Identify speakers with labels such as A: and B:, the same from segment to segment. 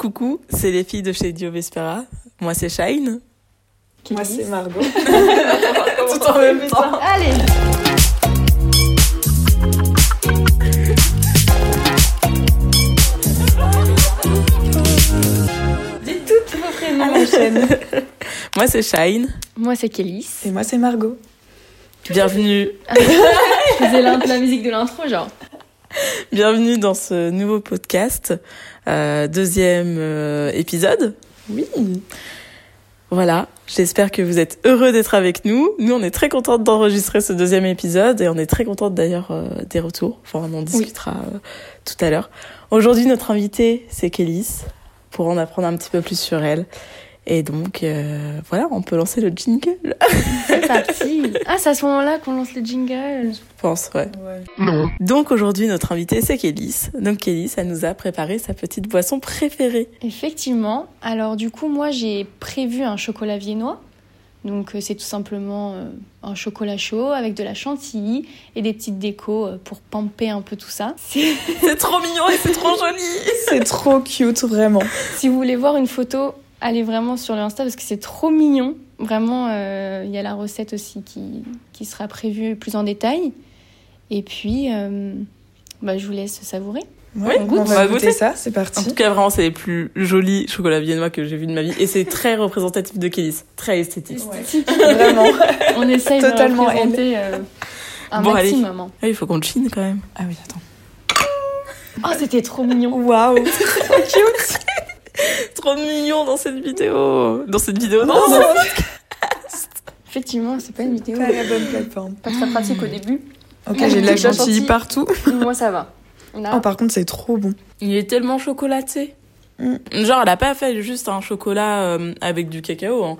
A: Coucou, c'est les filles de chez Dio Vespera. Moi, c'est Shine.
B: Moi, c'est Margot.
A: Tout en même temps.
C: Allez
B: Dites toutes vos prénoms.
A: la chaîne. Moi, c'est Shine.
C: Moi, c'est Kélis.
B: Et moi, c'est Margot.
A: Bienvenue,
C: Je faisais l'int- la musique de l'intro, genre.
A: bienvenue dans ce nouveau podcast. Euh, deuxième euh, épisode. Oui. Voilà, j'espère que vous êtes heureux d'être avec nous. Nous, on est très contente d'enregistrer ce deuxième épisode et on est très contente d'ailleurs euh, des retours. Enfin, on en discutera euh, tout à l'heure. Aujourd'hui, notre invitée, c'est Kélis, pour en apprendre un petit peu plus sur elle. Et donc, euh, voilà, on peut lancer le jingle, je
C: C'est parti Ah, c'est à ce moment-là qu'on lance le jingle.
A: pense, ouais.
B: Ouais.
A: Donc aujourd'hui, notre invitée, c'est Kélis. Donc Kélis, elle nous a préparé sa petite boisson préférée.
C: Effectivement. Alors, du coup, moi, j'ai prévu un chocolat viennois. Donc, euh, c'est tout simplement euh, un chocolat chaud avec de la chantilly et des petites décos euh, pour pamper un peu tout ça. Si,
A: C'est trop mignon et c'est trop joli
B: C'est trop cute, vraiment.
C: si vous voulez voir une photo, allez vraiment sur l'Insta parce que c'est trop mignon. Vraiment, euh, il y a la recette aussi qui, qui sera prévue plus en détail. Et puis, euh, bah, je vous laisse savourer.
B: Ouais,
A: on goûte.
B: On
A: On va
B: va goûter
A: goûter.
B: ça, c'est
A: En tout
B: parti.
A: cas, vraiment, c'est les plus jolis chocolats viennois que j'ai vus de ma vie. Et c'est très représentatif de Kélis, très esthétique.
B: Vraiment.
C: On essaye
B: Totalement
C: de représenter euh, un
A: Bon, allez.
C: maximum. hein.
A: Ah, il faut qu'on le chine quand même.
B: Ah oui, attends.
C: Oh, c'était trop mignon.
B: Waouh.
A: Trop mignon dans cette vidéo Dans cette vidéo, non
C: Effectivement, c'est pas une vidéo.
B: Pas la bonne plateforme.
C: Pas très pratique au début.
B: Ok,
C: Moi,
B: Ah, j'ai de la
C: j'ai déjà
B: chantilly
C: sorti.
B: partout.
C: Moi, ça va. On a-
B: Oh, par contre, c'est trop bon.
A: Il est tellement chocolaté.
B: Mm.
A: Genre, elle a pas fait juste un chocolat euh, avec du cacao. hein.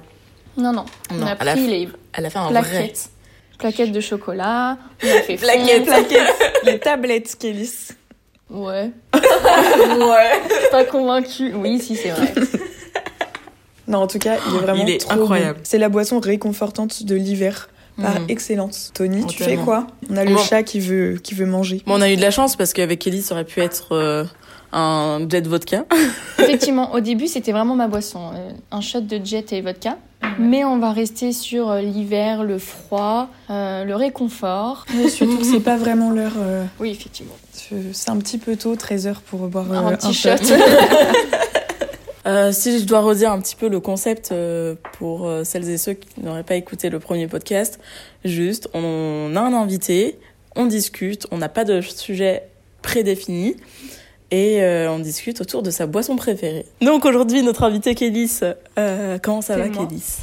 C: Non, non.
A: Non,
C: on a
A: à la
C: pris
A: fin.
C: les
A: Elle a fait un vrai...
C: plaquettes. Plaquettes de chocolat. On a fait
A: Plaquettes.
C: fondre.
B: Les tablettes, Kélis.
C: Ouais.
A: Ouais
C: Pas convaincu. Oui, si, c'est vrai.
B: Non, en tout cas, Ah, il est vraiment
A: il est
B: trop bon.
A: incroyable.
B: C'est la boisson réconfortante de l'hiver par
A: Mm.
B: excellence. Tony, tu fais
A: Entièrement.
B: quoi On a le
A: Bon.
B: chat qui veut qui veut manger.
A: Bon, on a eu de la chance parce qu'avec Ellie, ça aurait pu être euh, un jet vodka.
C: Effectivement, au début, c'était vraiment ma boisson. euh, Un shot de jet et vodka. Mais on va rester sur euh, l'hiver, le froid, euh, le réconfort.
B: Mais surtout que c'est pas vraiment l'heure. euh,
C: Oui, effectivement.
B: c'est un petit peu tôt, 13 heures pour boire euh,
C: Un petit shot.
A: Euh, si je dois redire un petit peu le concept euh, pour euh, celles et ceux qui n'auraient pas écouté le premier podcast, juste on a un invité, on discute, on n'a pas de sujet prédéfini et euh, on discute autour de sa boisson préférée. Donc aujourd'hui notre invité Kélis, euh, comment ça
C: C'est
A: va
C: moi.
A: Kélis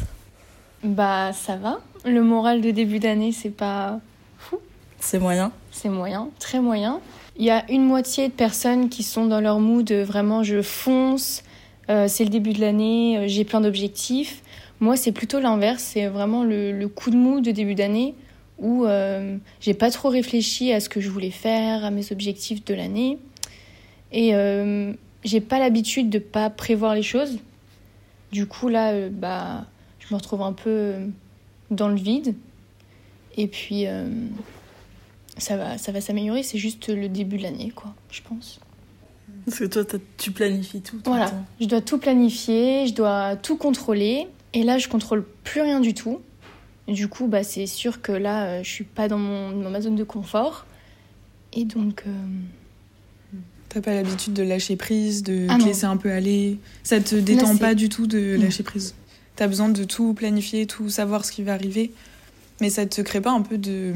C: Bah ça va. Le moral de début d'année, c'est pas
A: C'est moyen
C: c'est moyen, très moyen. Il y a une moitié de personnes qui sont dans leur mood euh, vraiment je fonce, euh, c'est le début de l'année, euh, j'ai plein d'objectifs. Moi, c'est plutôt l'inverse, c'est vraiment le, le coup de mou de début d'année où euh, j'ai pas trop réfléchi à ce que je voulais faire, à mes objectifs de l'année. Et euh, j'ai pas l'habitude de pas prévoir les choses. Du coup, là, euh, bah, je me retrouve un peu euh, dans le vide. Et puis, euh, ça va, ça va s'améliorer. C'est juste le début de l'année, quoi, je pense.
A: Parce que toi t'as- tu planifies tout. tout le
C: Voilà.
A: temps.
C: Je dois tout planifier, je dois tout contrôler. Et là, je contrôle plus rien du tout. Du coup, bah, c'est sûr que là, euh, je suis pas dans, mon, dans ma zone de confort. Et donc, euh,
B: T'as pas l'habitude de lâcher prise, de
C: Ah
B: te
C: non.
B: laisser un peu aller. Ça te détend
C: c'est-
B: pas du tout de
C: Non.
B: lâcher prise. T'as besoin de tout planifier, tout savoir ce qui va arriver. Mais ça te crée pas un peu de.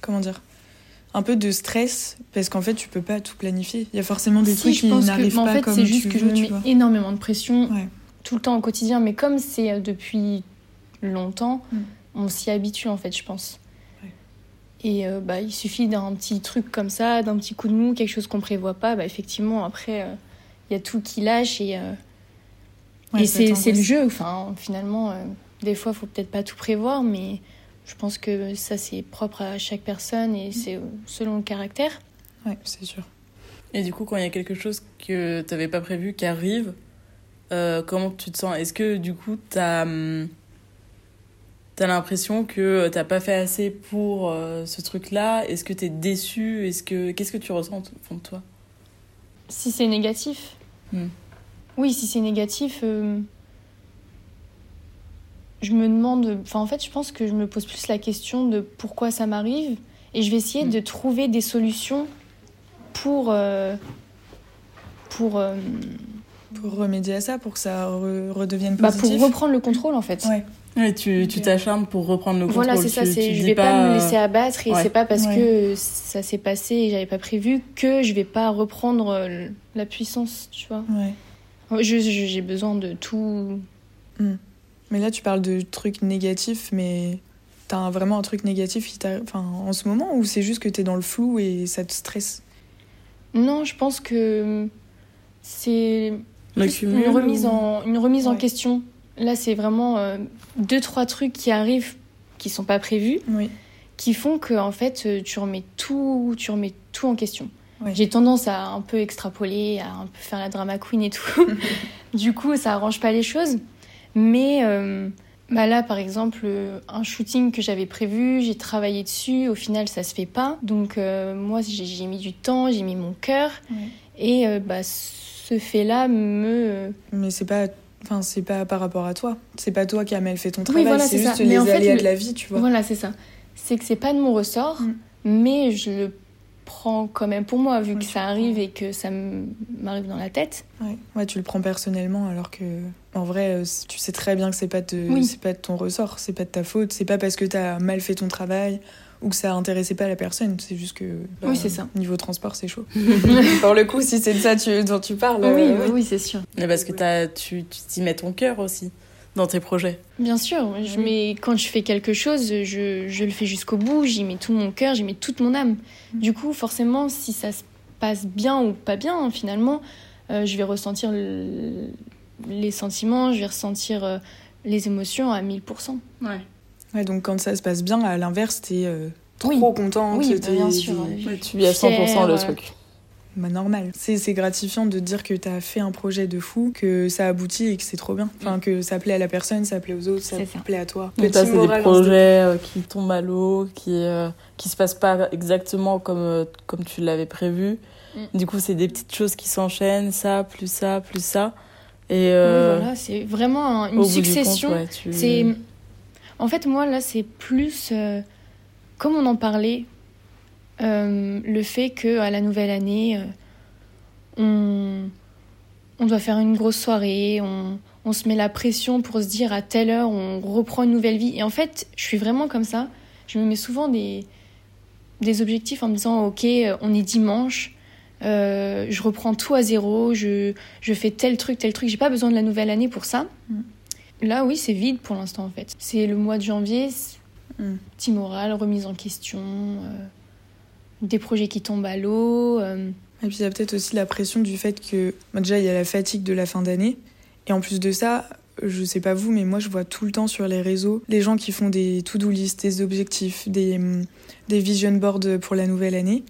B: Comment dire un peu de stress parce qu'en fait tu peux pas tout planifier il y a forcément des
C: si,
B: trucs
C: je
B: qui
C: pense que-
B: n'arrivent
C: mais en
B: pas
C: fait,
B: comme
C: c'est
B: tu
C: juste que je
B: veux,
C: me
B: tu
C: mets
B: vois.
C: énormément de pression
B: Ouais.
C: tout le temps au quotidien. Mais comme c'est euh, depuis longtemps,
B: Mm.
C: on s'y habitue, en fait, je pense.
B: Ouais.
C: Et euh, bah, il suffit d'un petit truc comme ça, d'un petit coup de mou, quelque chose qu'on prévoit pas. Bah, effectivement, après, euh, il y a tout qui lâche et, euh,
B: Ouais,
C: et
B: ça peut
C: c'est
B: être
C: c'est le
B: angoissant.
C: jeu. Enfin, finalement, euh, des fois, faut peut-être pas tout prévoir, mais je pense que ça, c'est propre à chaque personne
B: Mm.
C: et c'est euh, selon le caractère.
B: ouais c'est sûr
A: Et du coup, quand il y a quelque chose que t'avais pas prévu qui arrive, euh, comment tu te sens Est-ce que du coup, t'as hum, t'as l'impression que euh, t'as pas fait assez pour euh, ce truc-là Est-ce que t'es déçu Est-ce que qu'est-ce que tu ressens au fond de toi
C: Si c'est négatif,
A: Mm.
C: Oui, si c'est négatif, euh, je me demande. Enfin, en fait, je pense que je me pose plus la question de pourquoi ça m'arrive et je vais essayer
A: Hmm.
B: Mm.
C: de trouver des solutions pour. euh, pour, euh,
B: Pour remédier à ça, pour que ça re- redevienne
C: bah, pour
B: positif.
C: reprendre le contrôle, en fait.
B: Ouais.
A: Ouais, tu tu
B: Ok.
A: t'acharnes pour reprendre le contrôle.
C: Voilà, c'est
A: Tu-
C: ça,
A: tu
C: c'est, je
A: dis
C: vais pas, me
A: euh,
C: laisser abattre et
A: ouais.
C: c'est pas parce
B: Ouais.
C: que ça s'est passé et j'avais pas prévu que je vais pas reprendre euh, la puissance, tu vois.
B: Ouais.
C: Je- je- j'ai besoin de tout.
B: Mais là, tu parles de trucs négatifs, mais t'as un- vraiment un truc négatif qui t'arrive enfin, en ce moment ou c'est juste que t'es dans le flou et ça te stresse
C: Non, je pense que c'est
A: le
C: plus
A: cumul
C: une remise, en, une remise en
B: Ouais.
C: question. Là, c'est vraiment euh, deux, trois trucs qui arrivent qui sont pas prévus,
B: Oui.
C: qui font que en fait, euh, tu remets tout, tu remets tout en question.
B: Ouais.
C: J'ai tendance à un peu extrapoler, à un peu faire la drama queen et tout. du coup, ça arrange pas les choses. Mais euh, bah là, par exemple, euh, un shooting que j'avais prévu, j'ai travaillé dessus, au final, ça se fait pas. Donc euh, moi, j'ai j'ai mis du temps, j'ai mis mon cœur.
B: Ouais.
C: Et euh, bah, ce fait-là me... euh,
B: Mais c'est pas. Enfin, c'est pas par rapport à toi. C'est pas toi qui a mal fait ton travail,
C: voilà,
B: c'est
C: c'est
B: juste
C: ça.
B: les
C: Mais en fait,
B: aléas
C: le-
B: de la vie, tu vois.
C: Voilà, c'est ça. C'est que c'est pas de mon ressort,
B: Mm.
C: mais je le prends quand même pour moi, vu
B: Ouais,
C: que
B: je
C: ça arrive et que ça m- m'arrive dans la tête.
B: Ouais. Ouais, tu le prends personnellement alors que en vrai, euh, c- tu sais très bien que c'est pas de
C: Oui.
B: c'est pas de ton ressort, c'est pas de ta faute, c'est pas parce que t'as mal fait ton travail ou que ça intéressait pas la personne, c'est juste que bah,
C: Oui, c'est ça.
B: niveau transport, c'est chaud. Pour le coup, si c'est de ça tu- dont tu
A: Ah,
B: parles,
C: oui,
B: euh,
C: bah oui, c'est sûr.
A: Mais parce que t'as- tu tu t'y mets ton cœur aussi dans tes projets.
C: Bien sûr, je
B: oui.
C: mets, quand je fais quelque chose, je, je le fais jusqu'au bout, j'y mets tout mon cœur, j'y mets toute mon âme.
B: Mm.
C: Du coup, forcément, si ça se passe bien ou pas bien, hein, finalement, euh, je vais ressentir le- les sentiments, je vais ressentir euh, les émotions à 1000%.
A: Ouais.
B: Ouais, donc quand ça se passe bien, à l'inverse, t'es euh, trop
C: Oui.
B: contente.
C: Oui, bah,
B: t'es-
C: bien
B: t'es-
C: sûr.
A: Ouais, tu vis à 100% le
C: Fière,
A: truc.
B: Bah, normal. C'est c'est gratifiant de te dire que t'as fait un projet de fou, que ça aboutit et que c'est trop bien. Enfin, que ça plaît à la personne, ça plaît aux autres, ça,
C: Mm. C'est ça.
B: plaît à toi.
A: Donc ça,
B: Petit
A: c'est des
C: hein,
B: moral,
A: projets euh, qui tombent à l'eau, qui euh, qui se passent pas exactement comme euh, comme tu l'avais prévu.
C: Mm.
A: Du coup, c'est des petites choses qui s'enchaînent, ça, plus ça, plus ça, et
C: Oui,
A: euh,
C: voilà, c'est vraiment un- une
A: au bout du compte,
C: succession.
A: ouais, tu-
C: C'est, en fait, moi là, c'est plus euh, comme on en parlait, euh, le fait que à la nouvelle année, euh, on on doit faire une grosse soirée, on on se met la pression pour se dire à telle heure on reprend une nouvelle vie. Et en fait, je suis vraiment comme ça. Je me mets souvent des des objectifs en me disant ok, on est dimanche. euh, je reprends tout à zéro, je, je fais tel truc, tel truc. J'ai pas besoin de la nouvelle année pour ça. Là, oui, c'est vide pour l'instant, en fait. C'est le mois de janvier, c'est-
B: Mm.
C: petit moral, remise en question, euh, des projets qui tombent à l'eau. euh,
B: Et puis il y a peut-être aussi la pression du fait que bah, déjà il y a la fatigue de la fin d'année et en plus de ça, je sais pas vous mais moi je vois tout le temps sur les réseaux les gens qui font des to-do list, des objectifs, des hum, des vision boards pour la nouvelle année.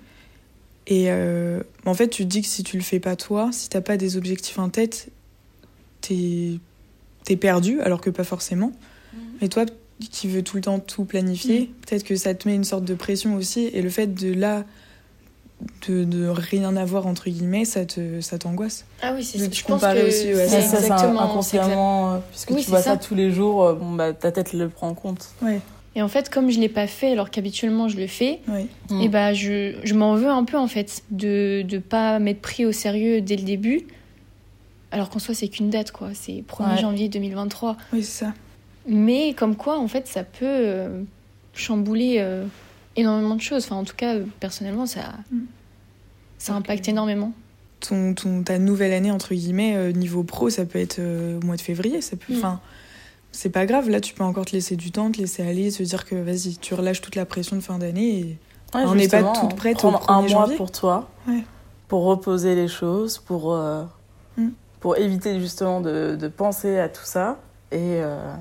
B: Et euh, en fait, tu te dis que si tu le fais pas toi, si t'as pas des objectifs en tête, t'es es perdu alors que pas forcément. Et toi qui veux tout le temps tout planifier, peut-être que ça te met une sorte de pression aussi et le fait de là de, de rien avoir entre guillemets, ça te ça t'angoisse.
C: Ah oui, c'est
B: De
C: ça.
B: te
C: Je pense
B: comparer
C: que
B: aussi, ouais,
A: Ça,
C: c'est
B: c'est
A: ça, c'est un-
C: exactement c'est exact-
A: inconsciemment, euh, puisque
C: Oui,
A: tu
C: c'est
A: vois ça.
C: ça.
A: tous les jours, euh, bon, bah, ta tête le prend en compte.
B: Ouais,
C: Et en fait, comme je l'ai pas fait, alors qu'habituellement je le fais,
B: ouais.
A: Mm.
C: et bah, je, je m'en veux un peu, en fait, de ne pas m'être pris au sérieux dès le début. Alors qu'en soi, c'est qu'une date, quoi. C'est 1er
A: Ouais.
C: janvier 2023.
B: Oui, c'est ça.
C: Mais comme quoi, en fait, ça peut euh, chambouler euh, énormément de choses. Enfin, en tout cas, euh, personnellement, ça,
B: Mm.
C: ça
A: Ok.
C: impacte énormément.
B: Ton, ton, ta nouvelle année, entre guillemets, euh, niveau pro, ça peut être euh, au mois de février. ça peut
C: Mm.
B: Enfin, c'est pas grave. Là, tu peux encore te laisser du temps, te laisser aller, se dire que vas-y, tu relâches toute la pression de fin d'année. Et...
A: Ouais,
B: on n'est pas
A: justement,
B: toutes prêtes au
A: prendre un
B: 1er
A: mois
B: janvier.
A: pour toi,
B: Ouais.
A: pour reposer les choses, pour, euh,
B: Mm.
A: pour éviter justement de, de penser à tout ça et, euh,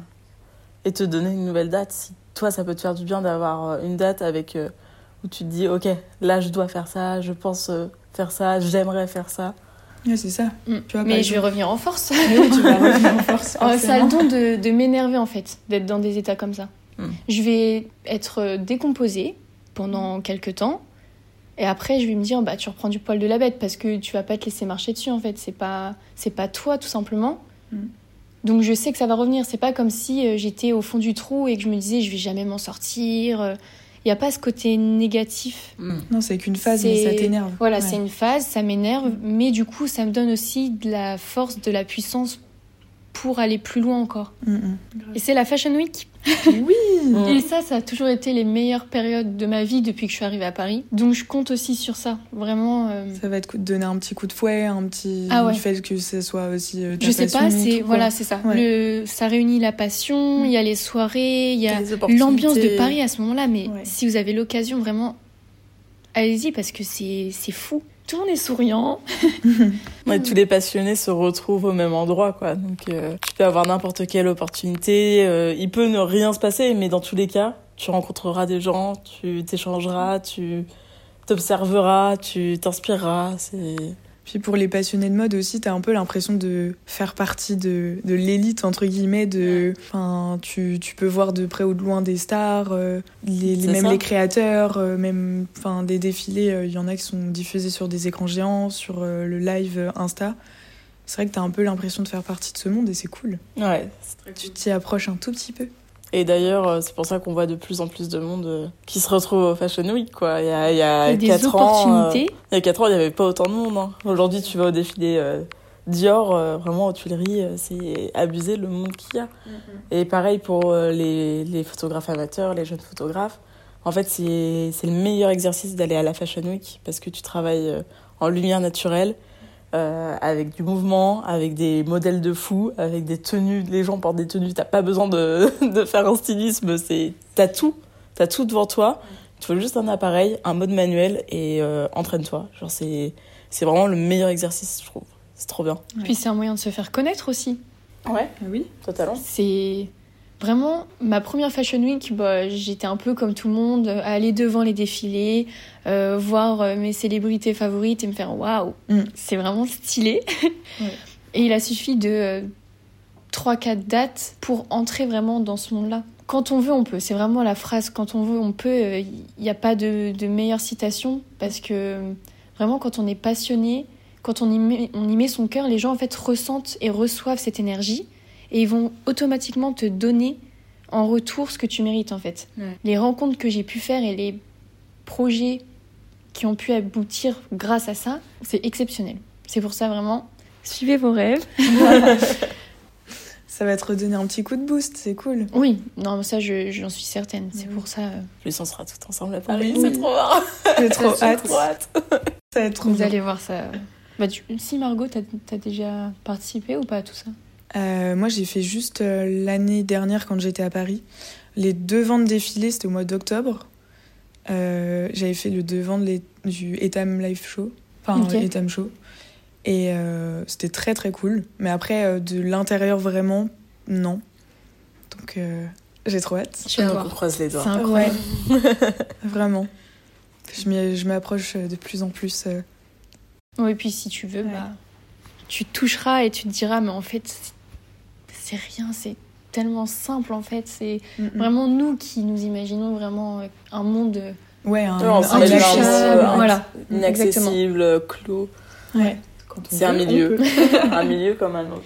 A: et te donner une nouvelle date. Si toi, ça peut te faire du bien d'avoir euh, une date avec euh, où tu te dis, ok, là, je dois faire ça, je pense euh, faire ça, j'aimerais faire ça.
B: Ouais, c'est ça.
C: Mm.
B: Tu vois, Ah, par
C: Mais je
B: exemple-
C: vais revenir en force.
B: Mais oui, tu vas revenir en force.
C: Oh, ça a
B: forcément. Hmm.
C: le don de, de m'énerver, en fait, d'être dans des états comme ça.
A: Mm.
C: Je vais être euh, décomposée pendant quelques temps. Et après, je vais me dire, bah, tu reprends du poil de la bête parce que tu vas pas te laisser marcher dessus, en fait. C'est pas, c'est pas toi, tout simplement.
B: Mm.
C: Donc, je sais que ça va revenir. C'est pas comme si euh, j'étais au fond du trou et que je me disais, je vais jamais m'en sortir. euh. Il n'y a pas ce côté négatif.
B: Non, c'est qu'une phase, mais
C: C'est-
B: ça t'énerve.
C: Voilà,
B: Ouais.
C: c'est une phase, ça m'énerve, mais du coup, ça me donne aussi de la force, de la puissance pour aller plus loin encore.
B: Mm,
C: Et c'est la Fashion Week.
B: mm. Oui
C: Et ça, ça a toujours été les meilleures périodes de ma vie depuis que je suis arrivée à Paris. Donc, je compte aussi sur ça. Vraiment. euh,
B: Ça va te co- donner un petit coup de fouet, un petit
C: Ah ouais.
B: fait que ce soit aussi. euh, ta
C: Je sais
B: passion
C: pas,
B: et
C: c'est
B: tout, quoi.
C: voilà, c'est ça. Le, ça réunit la passion, il y a les soirées, il y a l'ambiance de Paris à ce moment-là. Mais
B: Ouais.
C: si vous avez l'occasion, vraiment, allez-y parce que c'est c'est fou. Tout le monde est souriant.
A: Ouais,
C: Mm.
A: tous les passionnés se retrouvent au même endroit, quoi. Donc, euh, tu peux avoir n'importe quelle opportunité. euh, il peut ne rien se passer, mais dans tous les cas, tu rencontreras des gens, tu t'échangeras, tu t'observeras, tu t'inspireras. C'est
B: Puis pour les passionnés de mode aussi, t'as un peu l'impression de faire partie de, de l'élite, entre guillemets. De, enfin, tu, tu peux voir de près ou de loin des stars, euh, les, les-
A: C'est
B: même
A: ça.
B: les créateurs, euh, même enfin, des défilés. euh, Il y en a qui sont diffusés sur des écrans géants, sur euh, le live euh, Insta. C'est vrai que t'as un peu l'impression de faire partie de ce monde et c'est cool.
A: ouais,
B: Tu t'y approches un tout petit peu.
A: Et d'ailleurs, euh, c'est pour ça qu'on voit de plus en plus de monde euh, qui se retrouve au Fashion Week, quoi. Il y a, il y a
C: Il y a des
A: 4 ans, euh,
C: opportunités.
A: il y a 4 ans, il n'y avait pas autant de monde. hein. Aujourd'hui, tu vas au défilé euh, Dior, euh, vraiment aux Tuileries, euh, c'est abusé le monde qu'il y a. Et pareil pour euh, les, les photographes amateurs, les jeunes photographes. En fait, c'est c'est le meilleur exercice d'aller à la Fashion Week parce que tu travailles euh, en lumière naturelle, euh, avec du mouvement, avec des modèles de fous, avec des tenues. Les gens portent des tenues. T'as pas besoin de, de faire un stylisme. C'est t'as tout, t'as tout devant toi. Il te faut juste un appareil, un mode manuel et euh, entraîne-toi. Genre c'est c'est vraiment le meilleur exercice, je trouve. C'est trop bien.
C: Puis c'est un moyen de se faire connaître aussi.
A: Ouais,
B: oui
A: totalement.
C: C'est vraiment ma première Fashion Week. bah, J'étais un peu comme tout le monde, à aller devant les défilés, euh, voir euh, mes célébrités favorites et me faire waouh,
B: Mm.
C: c'est vraiment stylé.
B: Ouais.
C: Et il a suffi de 3-4 dates pour entrer vraiment dans ce monde-là. Quand on veut, on peut. C'est vraiment la phrase quand on veut, on peut. Euh, Il n'y a pas de, de meilleure citation parce que euh, vraiment, quand on est passionné, quand on y met, on y met son cœur, les gens en fait ressentent et reçoivent cette énergie et ils vont automatiquement te donner en retour ce que tu mérites en fait.
D: Ouais.
C: Les rencontres que j'ai pu faire et les projets qui ont pu aboutir grâce à ça, c'est exceptionnel. C'est pour ça vraiment, suivez vos rêves.
B: Ça va te redonner un petit coup de boost, c'est cool.
C: Oui, non, mais ça je- j'en suis certaine. C'est
B: Oui.
C: pour ça. euh,
A: Plus on sera tous ensemble à Paris,
B: Oui.
A: c'est trop marrant.
B: J'ai trop
A: J'ai
B: hâte.
A: trop hâte.
B: Ça va être trop
C: Vous
B: bien.
C: allez voir ça. Bah, tu- Si Margot, t'as as déjà participé ou pas à tout ça
B: Euh, moi, j'ai fait juste euh, l'année dernière quand j'étais à Paris. Les deux ventes défilés, c'était au mois d'octobre. Euh, J'avais fait le devant de l'é- du Etam Live Show. Enfin,
C: Ok.
B: euh, Etam Show. Et euh, c'était très très cool. Mais après, euh, de l'intérieur vraiment, non. Donc, euh, j'ai trop hâte.
C: Je vais
A: Donc on croise les doigts.
C: C'est incroyable.
B: Vraiment. Je m'y- je m'approche euh, de plus en plus. euh.
C: Oui, et puis si tu veux,
B: Ouais.
C: bah, tu toucheras et tu te diras, mais en fait, c'est- c'est rien, c'est tellement simple en fait. C'est
B: Mm, mm.
C: vraiment nous qui nous imaginons vraiment euh, un monde euh,
B: Ouais, un,
A: Ouais, on s'en
B: un
A: met dans un
B: toucher,
A: monde,
C: intouchable.
A: euh,
C: Voilà.
A: Inaccessible, euh, clos.
B: Ouais.
A: C'est un milieu. un milieu comme un autre.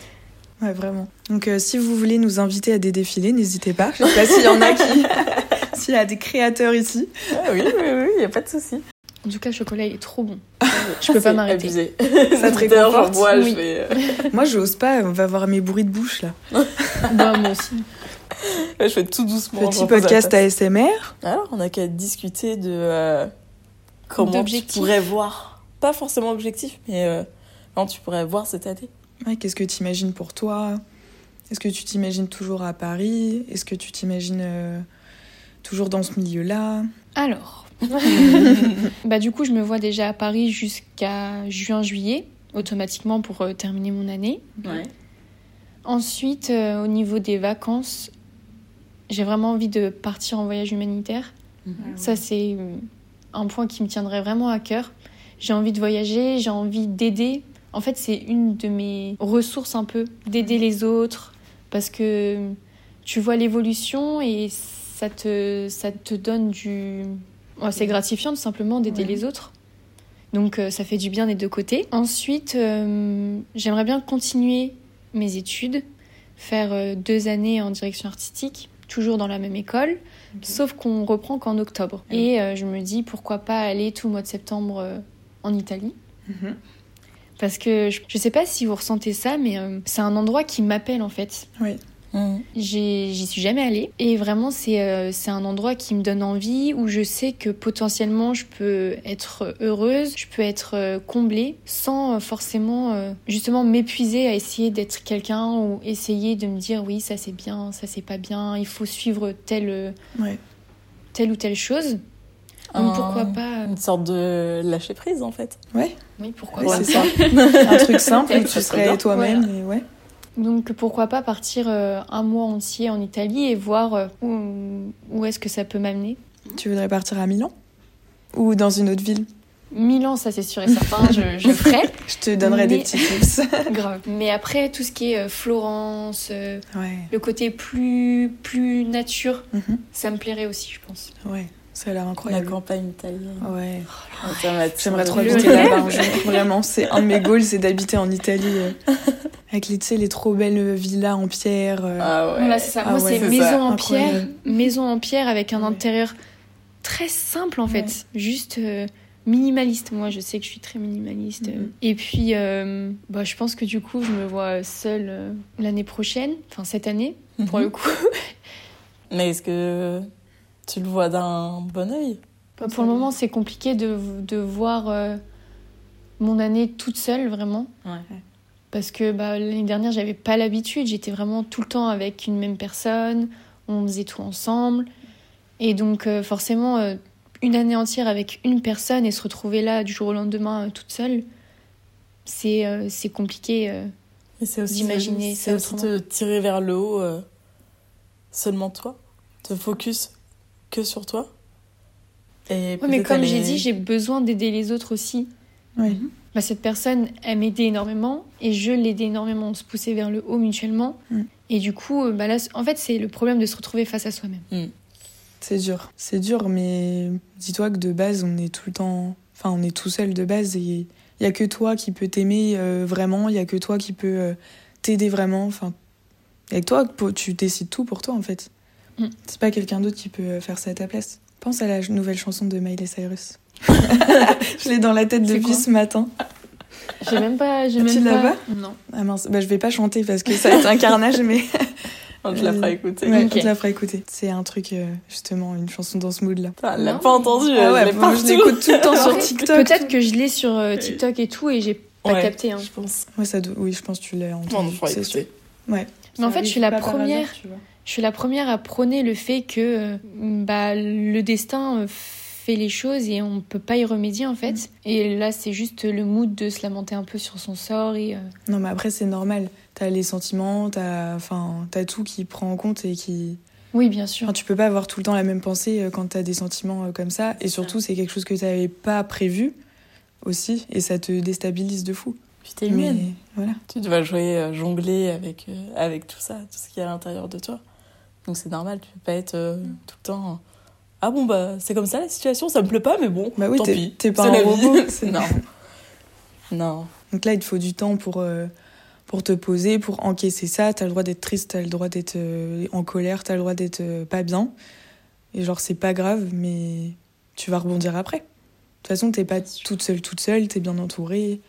B: Ouais, vraiment. Donc, euh, si vous voulez nous inviter à des défilés, n'hésitez pas. Je sais pas s'il y en a qui. s'il y a des créateurs ici.
A: Ah oui, oui, oui, il n'y a pas de souci.
C: En tout cas, le chocolat il est trop bon. Je peux pas m'arrêter.
A: Ça
B: te
A: D'ailleurs, j'en
B: réconforte
A: bois,
C: Oui.
A: je vais. euh,
B: Moi, j'ose pas. On va voir mes bruits de bouche, là.
C: bah, moi aussi.
A: euh, Je fais tout doucement. je
B: Petit
A: repose la
B: podcast
A: tasse.
B: ASMR.
A: Alors, on n'a qu'à discuter de euh, comment tu
C: D'objectifs.
A: pourrais voir. Pas forcément objectif, mais euh, comment tu pourrais voir cette année.
B: Ouais, Qu'est-ce que t'imagines pour toi Est-ce que tu t'imagines toujours à Paris Est-ce que tu t'imagines euh, toujours dans ce milieu-là
C: Alors, bah, du coup, je me vois déjà à Paris jusqu'à juin-juillet, automatiquement pour euh, terminer mon année. Ensuite, euh, au niveau des vacances, j'ai vraiment envie de partir en voyage humanitaire.
A: Mm.
C: Ça, c'est euh, un point qui me tiendrait vraiment à cœur. J'ai envie de voyager, j'ai envie d'aider. En fait, c'est une de mes ressources un peu, d'aider les autres, parce que tu vois l'évolution et ça te, ça te donne du... Ouais, c'est gratifiant tout simplement d'aider les autres. Donc euh, ça fait du bien des deux côtés. Ensuite, euh, j'aimerais bien continuer mes études, faire euh, deux années en direction artistique, toujours dans la même école, sauf qu'on reprend qu'en octobre.
A: Ah oui.
C: Et euh, je me dis pourquoi pas aller tout le mois de septembre euh, en Italie.
B: Mhm.
C: Parce que je ne sais pas si vous ressentez ça, mais euh, c'est un endroit qui m'appelle en fait.
A: Mhm.
C: J'ai- J'y suis jamais allée. Et vraiment, c'est euh, c'est un endroit qui me donne envie, où je sais que potentiellement je peux être heureuse, je peux être euh, comblée, sans euh, forcément euh, justement m'épuiser à essayer d'être quelqu'un ou essayer de me dire oui, ça c'est bien, ça c'est pas bien, il faut suivre telle, euh,
B: Ouais.
C: telle ou telle chose.
A: Un-
C: Donc pourquoi pas. euh,
A: Une sorte de lâcher prise en fait.
C: Oui, pourquoi
B: Ouais,
C: pas.
B: c'est ça. Un truc simple où tu
A: Ça serait bien.
B: serais toi-même. et ouais.
C: Donc pourquoi pas partir euh, un mois entier en Italie et voir euh, où, où est-ce que ça peut m'amener.
B: Tu voudrais partir à Milan Ou dans une autre ville
C: Milan, ça c'est sûr et certain, je, je ferai.
B: Je te donnerai des
C: Mais-
B: petits tips.
C: Grave. Mais après, tout ce qui est euh, Florence, euh,
B: ouais.
C: le côté plus, plus nature,
B: Mhm.
C: ça me plairait aussi, je pense.
B: Ouais. Ça a l'air
A: La
B: incroyable.
A: campagne italienne.
B: Ouais.
C: Oh,
A: Ouais, ça m'a-
B: J'aimerais trop
C: Le
B: habiter
C: rêve.
B: là-bas un jour. Vraiment, c'est un de mes goals, c'est d'habiter en Italie. euh, Avec les, tu sais, les trop belles villas en pierre. euh,
A: Ah ouais.
C: Voilà, c'est ça.
B: Ah
C: Moi,
B: ouais,
C: c'est
B: c'est
C: maison
A: ça.
C: en pierre,
B: Incroyable.
C: maison en pierre avec un
B: Ouais.
C: intérieur très simple en fait, juste euh, minimaliste. Moi, je sais que je suis très minimaliste.
B: Mhm.
C: Et puis, euh, bah, je pense que du coup, je me vois seule euh, l'année prochaine, enfin cette année
B: Mm-hmm.
C: pour le coup.
A: Mm-hmm. Mais est-ce que tu le vois d'un bon œil
C: Bah, pour le moment, c'est compliqué de, de voir euh, mon année toute seule, vraiment.
A: Ouais.
C: Parce que bah, l'année dernière, j'avais pas l'habitude. J'étais vraiment tout le temps avec une même personne. On faisait tout ensemble. Et donc, euh, forcément, euh, une année entière avec une personne et se retrouver là du jour au lendemain euh, toute seule, c'est euh, c'est compliqué. euh.
A: Mais c'est aussi
C: D'imaginer
A: c'est
C: ça
A: aussi te tirer vers le haut euh, seulement toi, te focus que sur toi. Et
C: Ouais, mais
A: peut-être
C: comme
A: aller-
C: j'ai dit, j'ai besoin d'aider les autres aussi.
B: ouais.
C: Bah, cette personne, elle m'aidait énormément et je l'aidais énormément. On se poussait vers le haut mutuellement.
B: Mm.
C: Et du coup, euh, bah là, c- en fait, c'est le problème de se retrouver face à soi-même.
B: C'est dur. C'est dur, mais dis-toi que de base, on est tout le temps. Enfin, on est tout seul de base et il n'y a que toi qui peut t'aimer euh, vraiment, il n'y a que toi qui peut euh, t'aider vraiment. Enfin, avec toi, po- tu décides tout pour toi en fait.
C: Mm.
B: C'est pas quelqu'un d'autre qui peut euh, faire ça à ta place. Pense à la j- nouvelle chanson de Miley Cyrus. je l'ai dans la tête
C: C'est
B: depuis
C: quoi
B: ce matin.
C: J'ai même pas.
B: Tu
C: J'ai même
B: l'as
C: pas... Non.
B: Ah mince, bah, je vais pas chanter parce que ça va être un carnage, mais
A: On te la fera écouter.
B: Mm. ouais,
C: Ok.
B: on te la fera écouter. C'est un truc, euh, justement, une chanson dans ce mood là.
A: Putain, elle l'a
C: Non.
A: pas entendu,
B: Ah ouais,
A: elle l'est
B: moi, je
A: partout.
B: l'écoute tout le temps sur
C: Après,
B: TikTok.
C: Peut-être que je l'ai sur euh, TikTok et tout et j'ai pas
A: Ouais.
C: capté. hein.
A: Je pense.
B: Ouais, ça doit- Oui, je pense que tu l'as
A: Bon, on
B: entendu.
A: fera
B: c'est sûr.
A: écouter.
C: Mais en fait, je suis la première.
B: tu vois.
C: Je suis la première à prôner le fait que euh, bah, le destin euh, fait les choses et on peut pas y remédier en fait.
B: Mm.
C: Et là, c'est juste le mood de se lamenter un peu sur son sort et. euh,
B: Non, mais après, c'est normal. T'as les sentiments, t'as enfin, t'as tout qui prend en compte et qui.
C: Oui, bien sûr.
B: Enfin, tu peux pas avoir tout le temps la même pensée euh, quand t'as des sentiments euh, comme ça. Et surtout, c'est quelque chose que t'avais pas prévu aussi. Et ça te déstabilise de fou.
A: Puis t'es humaine.
B: Mais voilà.
A: Tu dois jouer, euh, jongler avec, euh, avec tout ça, tout ce qu'il y a à l'intérieur de toi. Donc c'est normal, tu peux pas être euh,
B: Mm.
A: tout le temps. euh, Ah bon, bah c'est comme ça la situation, ça me plaît pas, mais bon,
B: Bah oui,
A: tant
B: t'es-
A: pis.
B: t'es pas
A: c'est
B: un
A: la vie.
B: robot, c'est-
A: non. Non.
B: Donc là, il te faut du temps pour, euh, pour te poser, pour encaisser ça. T'as le droit d'être triste, t'as le droit d'être euh, en colère, t'as le droit d'être euh, pas bien. Et genre, c'est pas grave, mais tu vas rebondir après. De toute façon, t'es pas toute seule, toute seule, t'es bien entourée.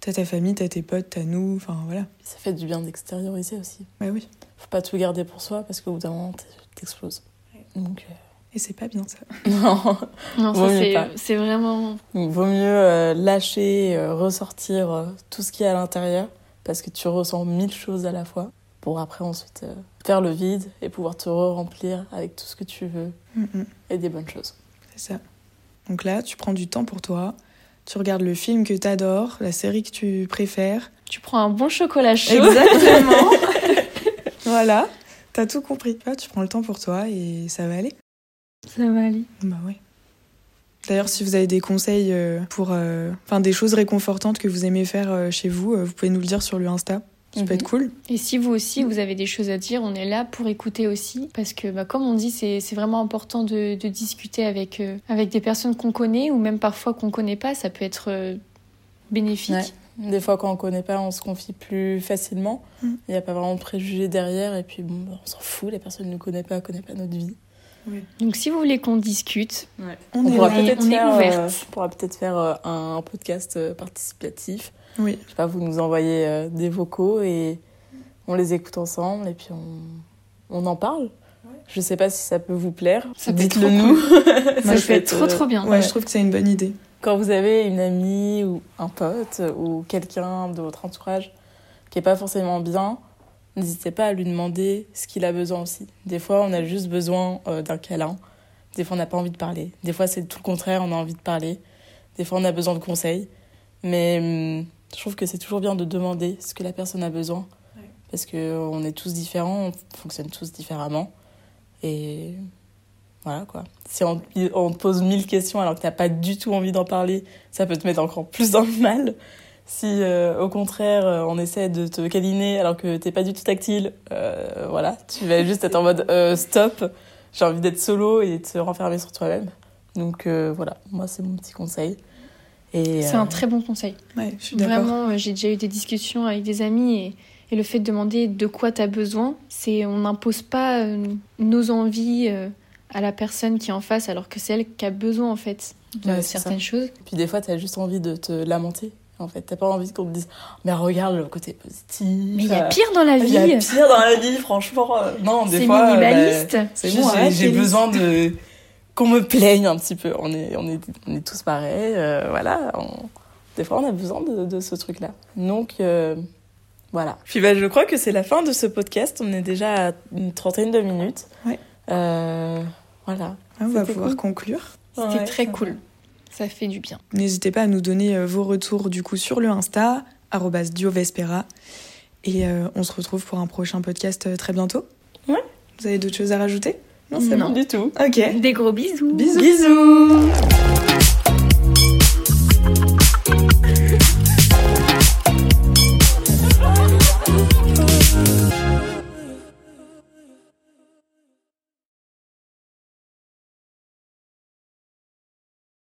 B: T'as ta famille, t'as tes potes, t'as nous, enfin voilà.
A: Ça fait du bien d'extérioriser aussi.
B: Bah oui.
A: Faut pas tout garder pour soi parce qu'au bout d'un moment, t- t'exploses. Donc, euh,
B: Et c'est pas bien ça.
A: non.
C: Non, ça
A: Vaut mieux
C: c'est-
A: pas.
C: c'est vraiment.
A: Donc, vaut mieux euh, lâcher, euh, ressortir euh, tout ce qu'il y a à l'intérieur, parce que tu ressens mille choses à la fois, pour après ensuite euh, faire le vide et pouvoir te re-remplir avec tout ce que tu veux
B: Mm, mm,
A: et des bonnes choses.
B: c'est ça. Donc là, tu prends du temps pour toi. Tu regardes le film que t'adores, la série que tu préfères.
C: Tu prends un bon chocolat chaud.
B: Exactement. voilà, t'as tout compris. Tu vois, tu prends le temps pour toi et ça va aller.
C: Ça va aller.
B: Bah ouais. D'ailleurs, si vous avez des conseils euh, pour, euh, enfin, des choses réconfortantes que vous aimez faire euh, chez vous, euh, vous pouvez nous le dire sur le Insta. Ça peut
A: Mhm.
B: être cool.
C: Et si vous aussi, vous avez des choses à dire, on est là pour écouter aussi. Parce que, bah, comme on dit, c'est c'est vraiment important de, de discuter avec, euh, avec des personnes qu'on connaît ou même parfois qu'on connaît pas. Ça peut être euh, bénéfique.
A: Ouais. Mhm. Des fois, quand on connaît pas, on se confie plus facilement. Il
B: Mm.
A: n'y a pas vraiment de préjugés derrière. Et puis, bon, bah, on s'en fout, la personne ne nous connaît pas, connaît pas notre vie.
C: Donc, si vous voulez qu'on discute,
B: On,
A: On,
B: est
A: pourra
B: là.
C: on est-
A: peut-être
C: on est
A: faire, euh,
C: ouverte.
A: on pourra peut-être faire euh, un podcast euh, participatif.
B: Oui.
A: Je sais pas, vous nous envoyez euh, des vocaux et on les écoute ensemble et puis on, on en parle. Je sais pas si ça peut vous plaire.
C: Ça peut être
A: Dites-le
C: trop
A: nous.
C: ça,
A: peut
C: peut être trop
A: euh,
C: trop bien.
B: Ouais, je trouve que c'est une bonne idée.
A: Quand vous avez une amie ou un pote ou quelqu'un de votre entourage qui est pas forcément bien, n'hésitez pas à lui demander ce qu'il a besoin aussi. Des fois, on a juste besoin euh, d'un câlin. Des fois, on n'a pas envie de parler. Des fois, c'est tout le contraire, on a envie de parler. Des fois, on a besoin de conseils. Mais hum, je trouve que c'est toujours bien de demander ce que la personne a besoin. Parce qu'on est tous différents, on fonctionne tous différemment. Et voilà quoi. Si on, on te pose mille questions alors que t'as pas du tout envie d'en parler, ça peut te mettre encore plus dans le mal. Si euh, au contraire euh, on essaie de te câliner alors que t'es pas du tout tactile, euh, voilà, tu vas juste être en mode euh, stop, j'ai envie d'être solo et de te renfermer sur toi-même. Donc euh, voilà, moi c'est mon petit conseil. Et,
C: C'est
A: euh,
C: un très bon conseil.
B: Ouais, je suis d'accord.
C: Vraiment, euh, j'ai déjà eu des discussions avec des amis et, et le fait de demander de quoi tu as besoin, c'est on n'impose pas euh, nos envies euh, à la personne qui est en face alors que c'est elle qui a besoin en fait de
A: Ouais, c'est
C: certaines choses.
A: Puis des fois, t'as juste envie de te lamenter. En fait, t'as pas envie qu'on te dise, mais regarde le côté positif.
C: Mais il y a
A: euh,
C: pire dans la
A: il y a
C: vie.
A: pire dans la vie, franchement. euh, Non, des
C: C'est
A: fois. euh, bah,
C: minimaliste.
A: c'est juste,
B: bon, hein,
A: j'ai-
B: arrête,
A: j'ai
B: Élise.
A: besoin de qu'on me plaigne un petit peu. On est, on est, on est tous pareils. euh, voilà. on- Des fois, on a besoin de, de ce truc-là. Donc, euh, voilà. Puis, bah, je crois que c'est la fin de ce podcast. On est déjà à une trentaine de minutes.
B: Ouais.
A: Euh, voilà.
B: Ah, on va
A: C'était
B: pouvoir
A: cool.
B: conclure.
C: C'était
A: Ouais.
C: très cool. Ça fait du bien.
B: N'hésitez pas à nous donner euh, vos retours du coup sur le Insta, arrobas diovespera. Et euh, on se retrouve pour un prochain podcast euh, très bientôt.
A: Ouais.
B: Vous avez d'autres choses à rajouter
C: Non.
A: Du tout.
B: Ok.
C: Des gros bisous.
B: Bisous.
A: Bisous.